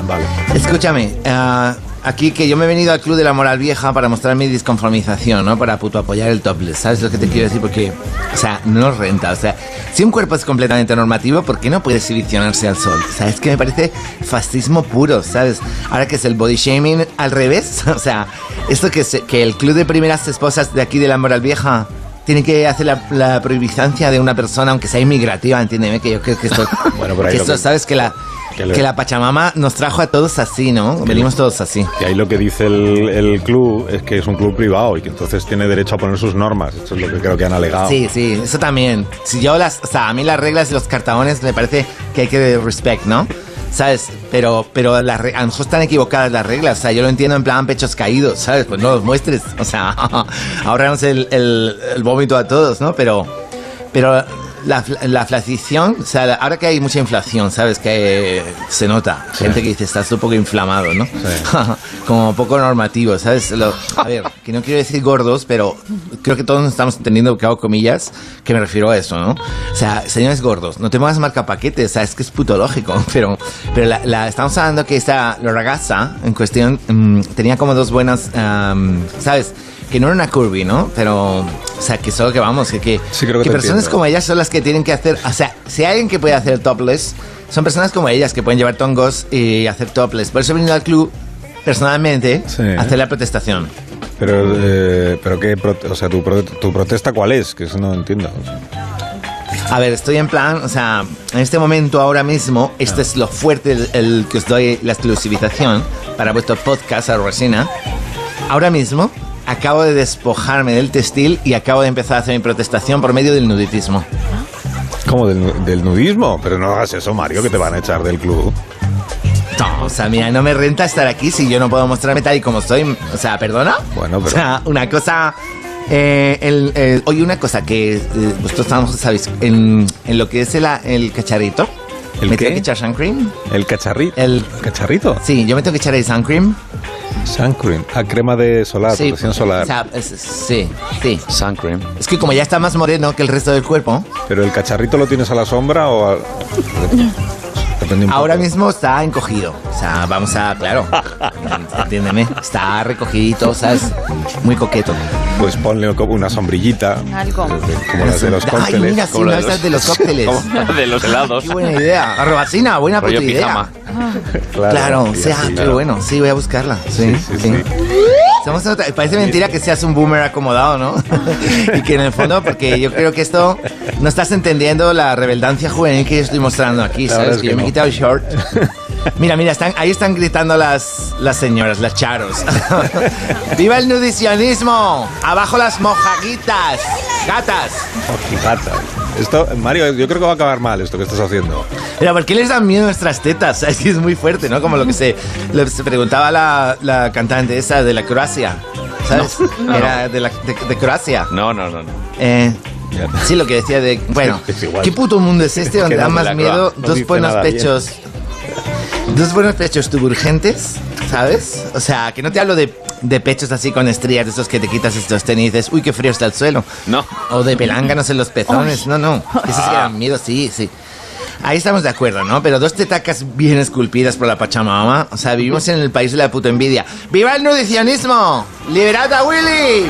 Speaker 5: Escúchame, ah, aquí que yo me he venido al Club de la Moral Vieja para mostrar mi disconformización, ¿no? Para puto apoyar el topless, ¿sabes lo que te quiero decir? Porque, o sea, no nos renta, o sea, si un cuerpo es completamente normativo, ¿por qué no puede exhibicionarse al sol? O sea, es que me parece fascismo puro, ¿sabes? Ahora que es el body shaming al revés, o sea, esto que, se- que el Club de Primeras Esposas de aquí de la Moral Vieja... Tiene que hacer la, la prohibizancia de una persona, aunque sea inmigrativa, entiéndeme, que yo creo que esto,
Speaker 1: Bueno, por ahí
Speaker 5: que
Speaker 1: lo
Speaker 5: esto
Speaker 1: que-
Speaker 5: sabes que la,
Speaker 1: que
Speaker 5: que,
Speaker 1: lo-
Speaker 5: la Pachamama nos trajo a todos así, ¿no? Venimos todos así.
Speaker 1: Y ahí lo que dice el, el club es que es un club privado y que entonces tiene derecho a poner sus normas. Eso es lo que creo que han alegado.
Speaker 5: Sí, sí, eso también. Si yo las, o sea, a mí las reglas y los cartabones me parece que hay que de respect, ¿no? ¿Sabes? Pero, pero las re- a lo mejor están equivocadas las reglas. O sea, yo lo entiendo en plan pechos caídos, ¿sabes? Pues no los muestres. O sea, ahorramos el, el, el vómito a todos, ¿no? Pero, pero la, fla- la flacición, o sea, ahora que hay mucha inflación, ¿sabes? Que eh, se nota. Gente que dice, estás un poco inflamado, ¿no? Como poco normativo, ¿sabes? Lo- a ver, que no quiero decir gordos, pero creo que todos nos estamos entendiendo, que hago comillas, que me refiero a eso, ¿no? O sea, señores gordos, no te muevas marca paquete, o sea, es que es puto lógico, pero, pero la, la- estamos hablando que esta la ragazza en cuestión mm, tenía como dos buenas, am, ¿sabes? Que no era una curvy, ¿no? Pero, o sea, que solo que vamos, que, que,
Speaker 1: que te
Speaker 5: personas
Speaker 1: Pues entiendo.
Speaker 5: como ellas son las que tienen que hacer, o sea, si hay alguien que puede hacer topless, son personas como ellas que pueden llevar tongos y hacer topless. Por eso he venido al club personalmente a hacer la protestación.
Speaker 1: Pero, eh, pero qué, prote- o sea, tu, pro- tu protesta cuál es, que eso no entiendo.
Speaker 5: A ver, estoy en plan, o sea, en este momento ahora mismo, esto
Speaker 1: Ah.
Speaker 5: es lo fuerte, el, el que os doy la exclusivización para vuestro podcast a Rosina. Ahora mismo acabo de despojarme del textil y acabo de empezar a hacer mi protestación por medio del nuditismo.
Speaker 1: ¿Cómo del, nu- del nudismo? Pero no hagas eso, Mario, que te van a echar del club.
Speaker 5: No, o sea, mira, no me renta estar aquí si yo no puedo mostrarme tal y como soy. O sea, perdona.
Speaker 1: Bueno, pero-
Speaker 5: O sea, una cosa. eh, el- el- oye, una cosa que eh, vosotros estamos, sabéis, en, en lo que es el, el cacharrito.
Speaker 1: ¿El
Speaker 5: me
Speaker 1: qué?
Speaker 5: tengo que echar sun cream.
Speaker 1: ¿El cacharrito?
Speaker 5: ¿El
Speaker 1: cacharrito?
Speaker 5: Sí, yo me tengo que echar el sun cream.
Speaker 1: Sun cream, a crema de solar,
Speaker 5: Sí,
Speaker 1: protección solar.
Speaker 5: o sea, es- sí, sí.
Speaker 1: Sun cream.
Speaker 5: Es que como ya está más moreno que el resto del cuerpo,
Speaker 1: ¿Pero el cacharrito lo tienes a la sombra o al- Depende un
Speaker 5: ahora mismo está encogido. O sea, vamos a, claro, entiéndeme, está recogidito, ¿sabes? Muy coqueto.
Speaker 1: Pues ponle co- una sombrillita.
Speaker 5: Algo.
Speaker 1: Como las de los
Speaker 5: Ay,
Speaker 1: cócteles.
Speaker 5: mira, sí,
Speaker 1: como
Speaker 5: una
Speaker 1: las
Speaker 5: de los- de los cócteles.
Speaker 1: como
Speaker 3: de los helados.
Speaker 5: Qué buena idea. Arrobacina, buena
Speaker 3: Rollo
Speaker 5: puta idea.
Speaker 3: pijama.
Speaker 5: Claro, o sea,
Speaker 3: sí,
Speaker 5: qué
Speaker 3: claro.
Speaker 5: bueno. Sí, voy a buscarla. Sí, sí. Somos otra- parece mentira que seas un boomer acomodado, ¿no? y que en el fondo, porque yo creo que esto no estás entendiendo la rebeldancia juvenil que yo estoy mostrando aquí,
Speaker 1: La verdad
Speaker 5: ¿sabes?
Speaker 1: es
Speaker 5: Que
Speaker 1: que
Speaker 5: yo me
Speaker 1: no.
Speaker 5: he quitado el short. Mira, mira, están, ahí están gritando las, las señoras, las charos. ¡Viva el nudicionismo! ¡Abajo las mojaguitas! ¡Gatas!
Speaker 1: Mojigata. Esto, Mario, yo creo que va a acabar mal esto que estás haciendo.
Speaker 5: Pero ¿por qué les dan miedo nuestras tetas? Es que es muy fuerte, ¿no? Como lo que se, lo que se preguntaba la, la cantante esa de la Croacia. ¿Sabes?
Speaker 3: No, no,
Speaker 5: Era de, la, de, de Croacia.
Speaker 3: No, no, no. no.
Speaker 5: Eh, sí, lo que decía de... Bueno,
Speaker 3: Es igual.
Speaker 5: ¿qué puto mundo es este donde
Speaker 3: Que no
Speaker 5: da
Speaker 3: me
Speaker 5: más
Speaker 3: la
Speaker 5: miedo
Speaker 3: croa- no
Speaker 5: dos
Speaker 3: dice
Speaker 5: buenos
Speaker 3: nada bien.
Speaker 5: pechos? Dos buenos pechos turgentes, ¿sabes? O sea, que no te hablo de, de pechos así con estrías, de esos que te quitas estos tenis y dices, uy, qué frío está el suelo.
Speaker 3: No.
Speaker 5: O de pelánganos en los pezones,
Speaker 3: Uy.
Speaker 5: no, no. Esos que dan miedo, sí, sí. Ahí estamos de acuerdo, ¿no? Pero dos tetacas bien esculpidas por la Pachamama. O sea, vivimos en el país de la puta envidia. ¡Viva el nudicionismo! ¡Liberad a Willy!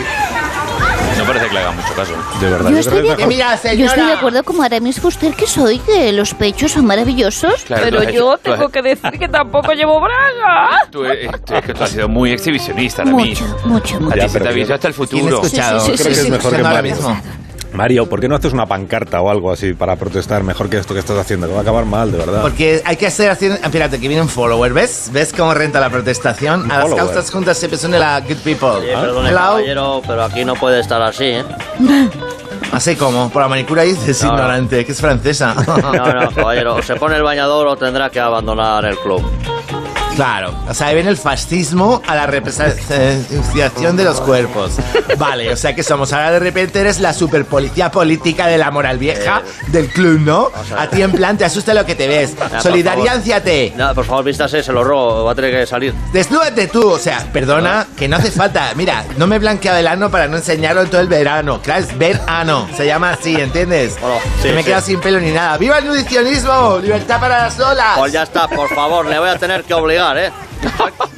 Speaker 3: No parece que le haga mucho caso.
Speaker 1: De verdad.
Speaker 11: Yo estoy, de,
Speaker 5: que- Mira,
Speaker 11: yo
Speaker 5: señora.
Speaker 11: estoy de acuerdo con Aramis Fuster que soy, que los pechos son maravillosos.
Speaker 3: Claro, tú
Speaker 11: pero
Speaker 3: has
Speaker 11: yo
Speaker 3: hecho- tú has-
Speaker 11: tengo que decir que tampoco llevo braga.
Speaker 3: Tú, eh, tú- es que tú has sido muy exhibicionista ahora
Speaker 11: Mucho,
Speaker 3: mismo.
Speaker 11: mucho,
Speaker 3: A
Speaker 11: mucho.
Speaker 3: ti
Speaker 1: Ya,
Speaker 3: se
Speaker 1: pero
Speaker 3: te ha visto
Speaker 1: bien.
Speaker 3: hasta el
Speaker 1: Bien
Speaker 3: futuro.
Speaker 1: escuchado. Sí, sí, sí,
Speaker 3: Creo que
Speaker 1: sí,
Speaker 3: es
Speaker 1: sí,
Speaker 3: mejor
Speaker 1: sí,
Speaker 3: que
Speaker 1: sí,
Speaker 3: Mario.
Speaker 1: sí, sí. Mario, ¿por qué no haces una pancarta o algo así para protestar mejor que esto que estás haciendo? Que va a acabar mal, de verdad.
Speaker 5: Porque hay que hacer, hacer- espérate, que viene un follower, ¿ves? ¿Ves cómo renta la protestación? A las
Speaker 14: follower.
Speaker 5: causas juntas se presume la good people.
Speaker 14: Oye, perdone,
Speaker 5: Hello.
Speaker 14: caballero, pero aquí no puede estar así, ¿eh?
Speaker 5: Así como, por la manicura dices
Speaker 14: No, no.
Speaker 5: ignorante, que es francesa.
Speaker 14: No, no, caballero, o se pone el bañador o tendrá que abandonar el club.
Speaker 5: Claro, o sea, ahí viene el fascismo a la representación de los cuerpos. Vale, o sea que somos ahora de repente eres la superpolicía política de la moral vieja del club, ¿no?
Speaker 14: sea-
Speaker 5: A ti en plan te asusta lo que te ves.
Speaker 14: Ya, por
Speaker 5: Solidariánzate.
Speaker 14: favor. No, por favor, vístase, se lo robo, va a tener que salir.
Speaker 5: Desnúdate tú, o sea, perdona, que no hace falta. Mira, no me he blanqueado el ano para no enseñarlo en todo el verano. Claro, es verano, se llama así, ¿entiendes?
Speaker 14: sí,
Speaker 5: que me he
Speaker 14: sí.
Speaker 5: quedado sin pelo ni nada. ¡Viva el nutricionismo! ¡Libertad para las olas!
Speaker 14: Pues ya está, por favor, le voy a tener que obligar, ¿eh?
Speaker 5: Que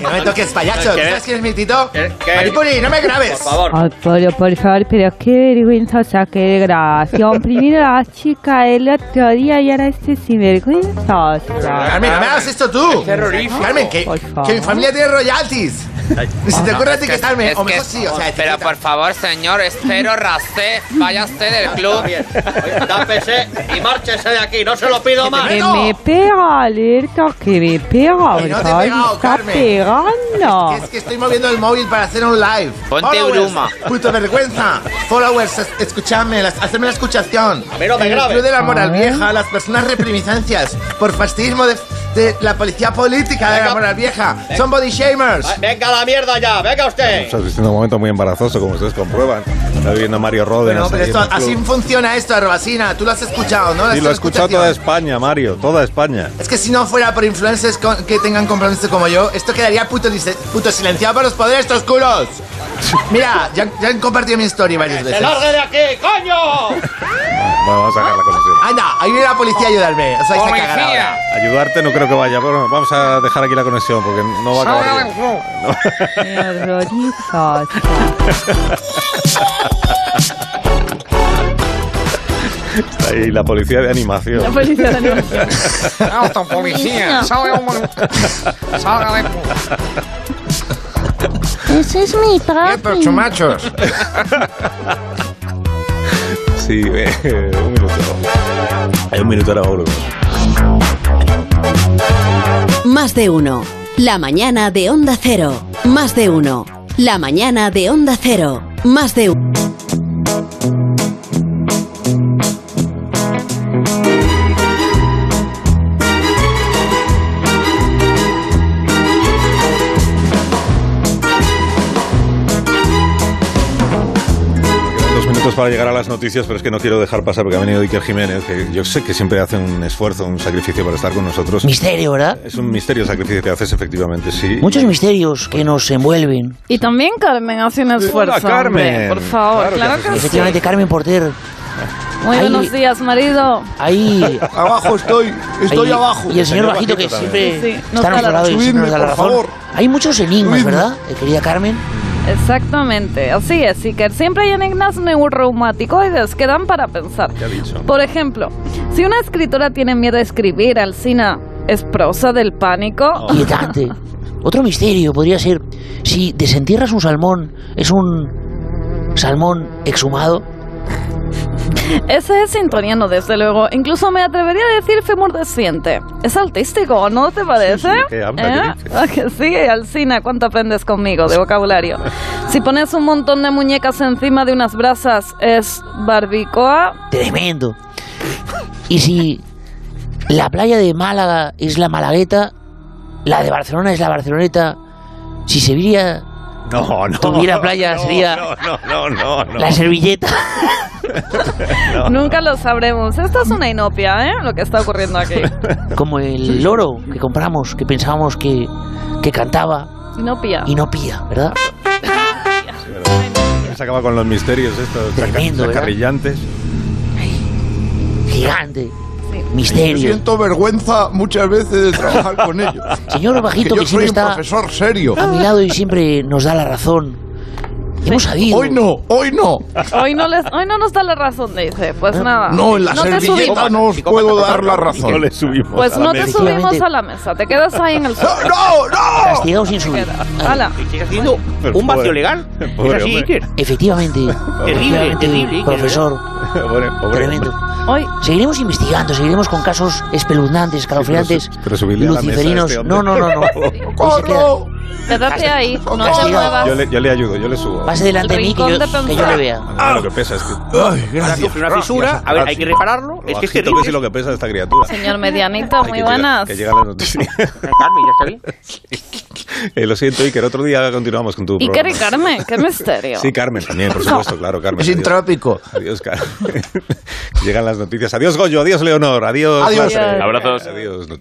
Speaker 5: no me toques, payaso.
Speaker 14: ¿Qué?
Speaker 5: ¿Sabes quién es mi tito? Maripuri, no me grabes.
Speaker 14: Por favor.
Speaker 15: Ay, Pablo, por favor, pero qué vergüenza, o sea, qué desgracia. Primero la chica el otro día y ahora este sinvergüenza. o sea.
Speaker 5: Carmen, no me hagas esto tú.
Speaker 15: terrorífico.
Speaker 5: Carmen, que,
Speaker 15: Por favor.
Speaker 5: que mi familia tiene royalties. Ni se te
Speaker 16: No,
Speaker 5: ocurre a
Speaker 16: es
Speaker 5: ti
Speaker 16: que-
Speaker 5: quitarme.
Speaker 16: es
Speaker 5: O
Speaker 16: que-
Speaker 5: mejor sí, o sea,
Speaker 16: Pero por favor, señor, espero rasé, vaya usted del club.
Speaker 14: Tápese y márchese de aquí, no se lo pido más.
Speaker 15: Que me pega, alerta, que me pega, por
Speaker 5: no te
Speaker 15: favor,
Speaker 5: he pegado,
Speaker 15: me está
Speaker 5: Carmen.
Speaker 15: pegando.
Speaker 5: Es que estoy moviendo el móvil para hacer un live.
Speaker 15: Ponte
Speaker 5: Followers,
Speaker 15: bruma.
Speaker 5: Puta vergüenza. Followers, es- escuchadme, las- hacerme la escuchación.
Speaker 14: A mí no me
Speaker 5: En el
Speaker 14: grabes.
Speaker 5: club de la moral
Speaker 14: A ver.
Speaker 5: vieja, las personas reprimizancias por fascismo de, de la policía política de la
Speaker 14: Venga.
Speaker 5: moral vieja. Son body shamers.
Speaker 14: Venga a la mierda ya, venga usted.
Speaker 1: Estás viviendo un momento muy embarazoso, como ustedes comprueban. Está viviendo Mario Ródenas.
Speaker 5: No, pero
Speaker 1: ahí en
Speaker 5: esto,
Speaker 1: el club.
Speaker 5: así funciona esto, Arbasina. Tú lo has escuchado, ¿no?
Speaker 1: Sí,
Speaker 5: Las
Speaker 1: lo ha escuchado
Speaker 5: escuchaciones.
Speaker 1: toda España, Mario, toda España.
Speaker 5: Es que si no fuera por influencers con- que tengan compromiso como yo, esto quedaría puto, dise- puto silenciado por los poderes estos culos. Mira, ya, han- ya han compartido mi story varias
Speaker 14: ¡Se
Speaker 5: veces.
Speaker 14: largue de aquí, coño!
Speaker 1: Bueno, vamos a sacar la conversación.
Speaker 5: Anda, ahí viene la policía a ayudarme. Os vais a cagar
Speaker 1: Policía.
Speaker 5: ahora.
Speaker 1: Ayudarte no creo que vaya. Bueno, vamos a dejar aquí la conexión porque no va a acabar bien.
Speaker 15: Me horroriza, o sea.
Speaker 1: Está ahí la policía de animación.
Speaker 15: La policía de animación.
Speaker 16: Alto policía, sabe un- sabe
Speaker 15: Ese es mi trapo.
Speaker 5: chumachos!
Speaker 1: Sí, eh, un minuto. Hay un minuto ahora, volvemos.
Speaker 11: Más de uno. La mañana de Onda Cero. Más de uno. La mañana de Onda Cero. Más de uno.
Speaker 1: Quedan Dos minutos para llegar a las noticias, pero es que no quiero dejar pasar porque ha venido Iker Jiménez, que yo sé que siempre hace un esfuerzo, un sacrificio para estar con nosotros.
Speaker 17: Misterio, ¿verdad?
Speaker 1: Es un misterio el sacrificio que haces, efectivamente, sí.
Speaker 17: Muchos misterios que nos envuelven.
Speaker 6: Y también Carmen hace un esfuerzo.
Speaker 1: Carmen.
Speaker 6: hombre, por favor,
Speaker 1: Claro que
Speaker 6: claro, que, sí.
Speaker 17: Efectivamente, Carmen Porter.
Speaker 6: Muy
Speaker 17: Ahí-
Speaker 6: buenos días, marido.
Speaker 17: Ahí.
Speaker 5: Abajo estoy,
Speaker 6: estoy abajo.
Speaker 17: Y el señor
Speaker 6: Señor
Speaker 17: Bajito, que
Speaker 6: Bajito
Speaker 17: siempre
Speaker 6: también. Sí, sí,
Speaker 17: está
Speaker 6: no
Speaker 17: a
Speaker 6: está
Speaker 17: nuestro
Speaker 6: la-
Speaker 17: lado y siempre nos da la
Speaker 6: Subidme,
Speaker 17: razón.
Speaker 6: por favor.
Speaker 17: Hay muchos enigmas, ¿verdad, eh, querida Carmen?
Speaker 6: Exactamente, así es, Iker. Siempre hay enigmas neuromaticoides que dan para pensar. Por ejemplo, si una escritora tiene miedo a escribir, Alcina, ¿es prosa del pánico?
Speaker 1: Oh.
Speaker 17: Inquietante. Otro misterio podría ser si desentierras un salmón, es un salmón exhumado.
Speaker 6: Ese es sintoniano, desde luego. Incluso me atrevería a decir femur desciente. Es artístico, ¿no te parece?
Speaker 18: sí, qué hambre que
Speaker 6: ¿Eh? ¿A que sí, Alcina? ¿Cuánto aprendes conmigo de vocabulario? si pones un montón de muñecas encima de unas brasas, ¿es barbacoa?
Speaker 17: Tremendo. Y si la playa de Málaga es la Malagueta, la de Barcelona es la Barceloneta, si Sevilla
Speaker 1: No, no.
Speaker 17: tuviera playa
Speaker 1: no,
Speaker 17: sería
Speaker 1: No, no, no, no. no.
Speaker 17: la servilleta.
Speaker 1: No.
Speaker 6: Nunca lo sabremos. Esta es una inopia, ¿eh? Lo que está ocurriendo aquí.
Speaker 17: Como el loro que compramos, que pensábamos que, que cantaba
Speaker 6: Inopia.
Speaker 17: y no pía, ¿verdad?
Speaker 1: Se acaba con los misterios estos saca-
Speaker 17: Tremendo, ¿verdad?
Speaker 1: sacarrillantes.
Speaker 17: Gigante. Misterio.
Speaker 19: Yo siento vergüenza muchas veces de trabajar con ellos.
Speaker 17: Señor Bajito,
Speaker 19: Que yo
Speaker 17: que,
Speaker 19: soy
Speaker 17: siempre
Speaker 19: un
Speaker 17: está
Speaker 19: profesor serio.
Speaker 17: a mi lado y siempre nos da la razón. Hemos sabido.
Speaker 19: Hoy no, hoy no.
Speaker 6: Hoy no, les, hoy no nos da la razón, dice. Pues nada.
Speaker 19: Eh, No, en la
Speaker 6: te
Speaker 19: servilleta
Speaker 6: subimos.
Speaker 19: no os puedo dar la razón.
Speaker 1: No le subimos.
Speaker 6: Pues no te subimos a la mesa. Te quedas ahí en el suelo.
Speaker 19: ¡No, no!
Speaker 17: Castigado sin subir.
Speaker 6: ¡Hala!
Speaker 3: haciendo un vacío legal.
Speaker 17: Pobre
Speaker 3: es así,
Speaker 17: hombre.
Speaker 3: Iker.
Speaker 17: Efectivamente.
Speaker 3: Terrible,
Speaker 17: Efectivamente,
Speaker 3: terrible, Iker,
Speaker 17: Profesor. Tremendo.
Speaker 6: Hoy
Speaker 17: seguiremos investigando, seguiremos con casos espeluznantes,
Speaker 1: pero,
Speaker 17: calofriantes,
Speaker 1: su- pero subirle a la mesa a
Speaker 17: luciferinos.
Speaker 1: este hombre.
Speaker 17: no, no, no, no. Ahí se queda.
Speaker 6: Quédate ahí, no te muevas.
Speaker 1: Yo le, yo le ayudo, yo le subo.
Speaker 17: Pase delante de mí que yo, que yo le vea.
Speaker 1: Ah, lo que pesa es que. Ay,
Speaker 17: gracias.
Speaker 1: Una fisura,
Speaker 17: a ver, hay que repararlo, es que es terrible.
Speaker 1: es lo que pesa esta criatura.
Speaker 6: Señor Medianito,
Speaker 1: Ay,
Speaker 6: muy
Speaker 1: que llega-
Speaker 6: buenas.
Speaker 1: que llega la noticia.
Speaker 17: Carmen, ya está bien.
Speaker 1: Eh, lo siento, Iker, otro día continuamos con tu
Speaker 6: ¿Y qué
Speaker 1: programa.
Speaker 6: Carmen? ¿Qué misterio?
Speaker 1: Sí, Carmen también, por supuesto, claro, Carmen.
Speaker 5: Es
Speaker 1: intrópico. Adiós, Carmen. Llegan las noticias. Adiós, Goyo. Adiós, Leonor. Adiós,
Speaker 5: Adiós.
Speaker 1: Lázaro.
Speaker 5: Abrazos.
Speaker 1: Adiós, noticias.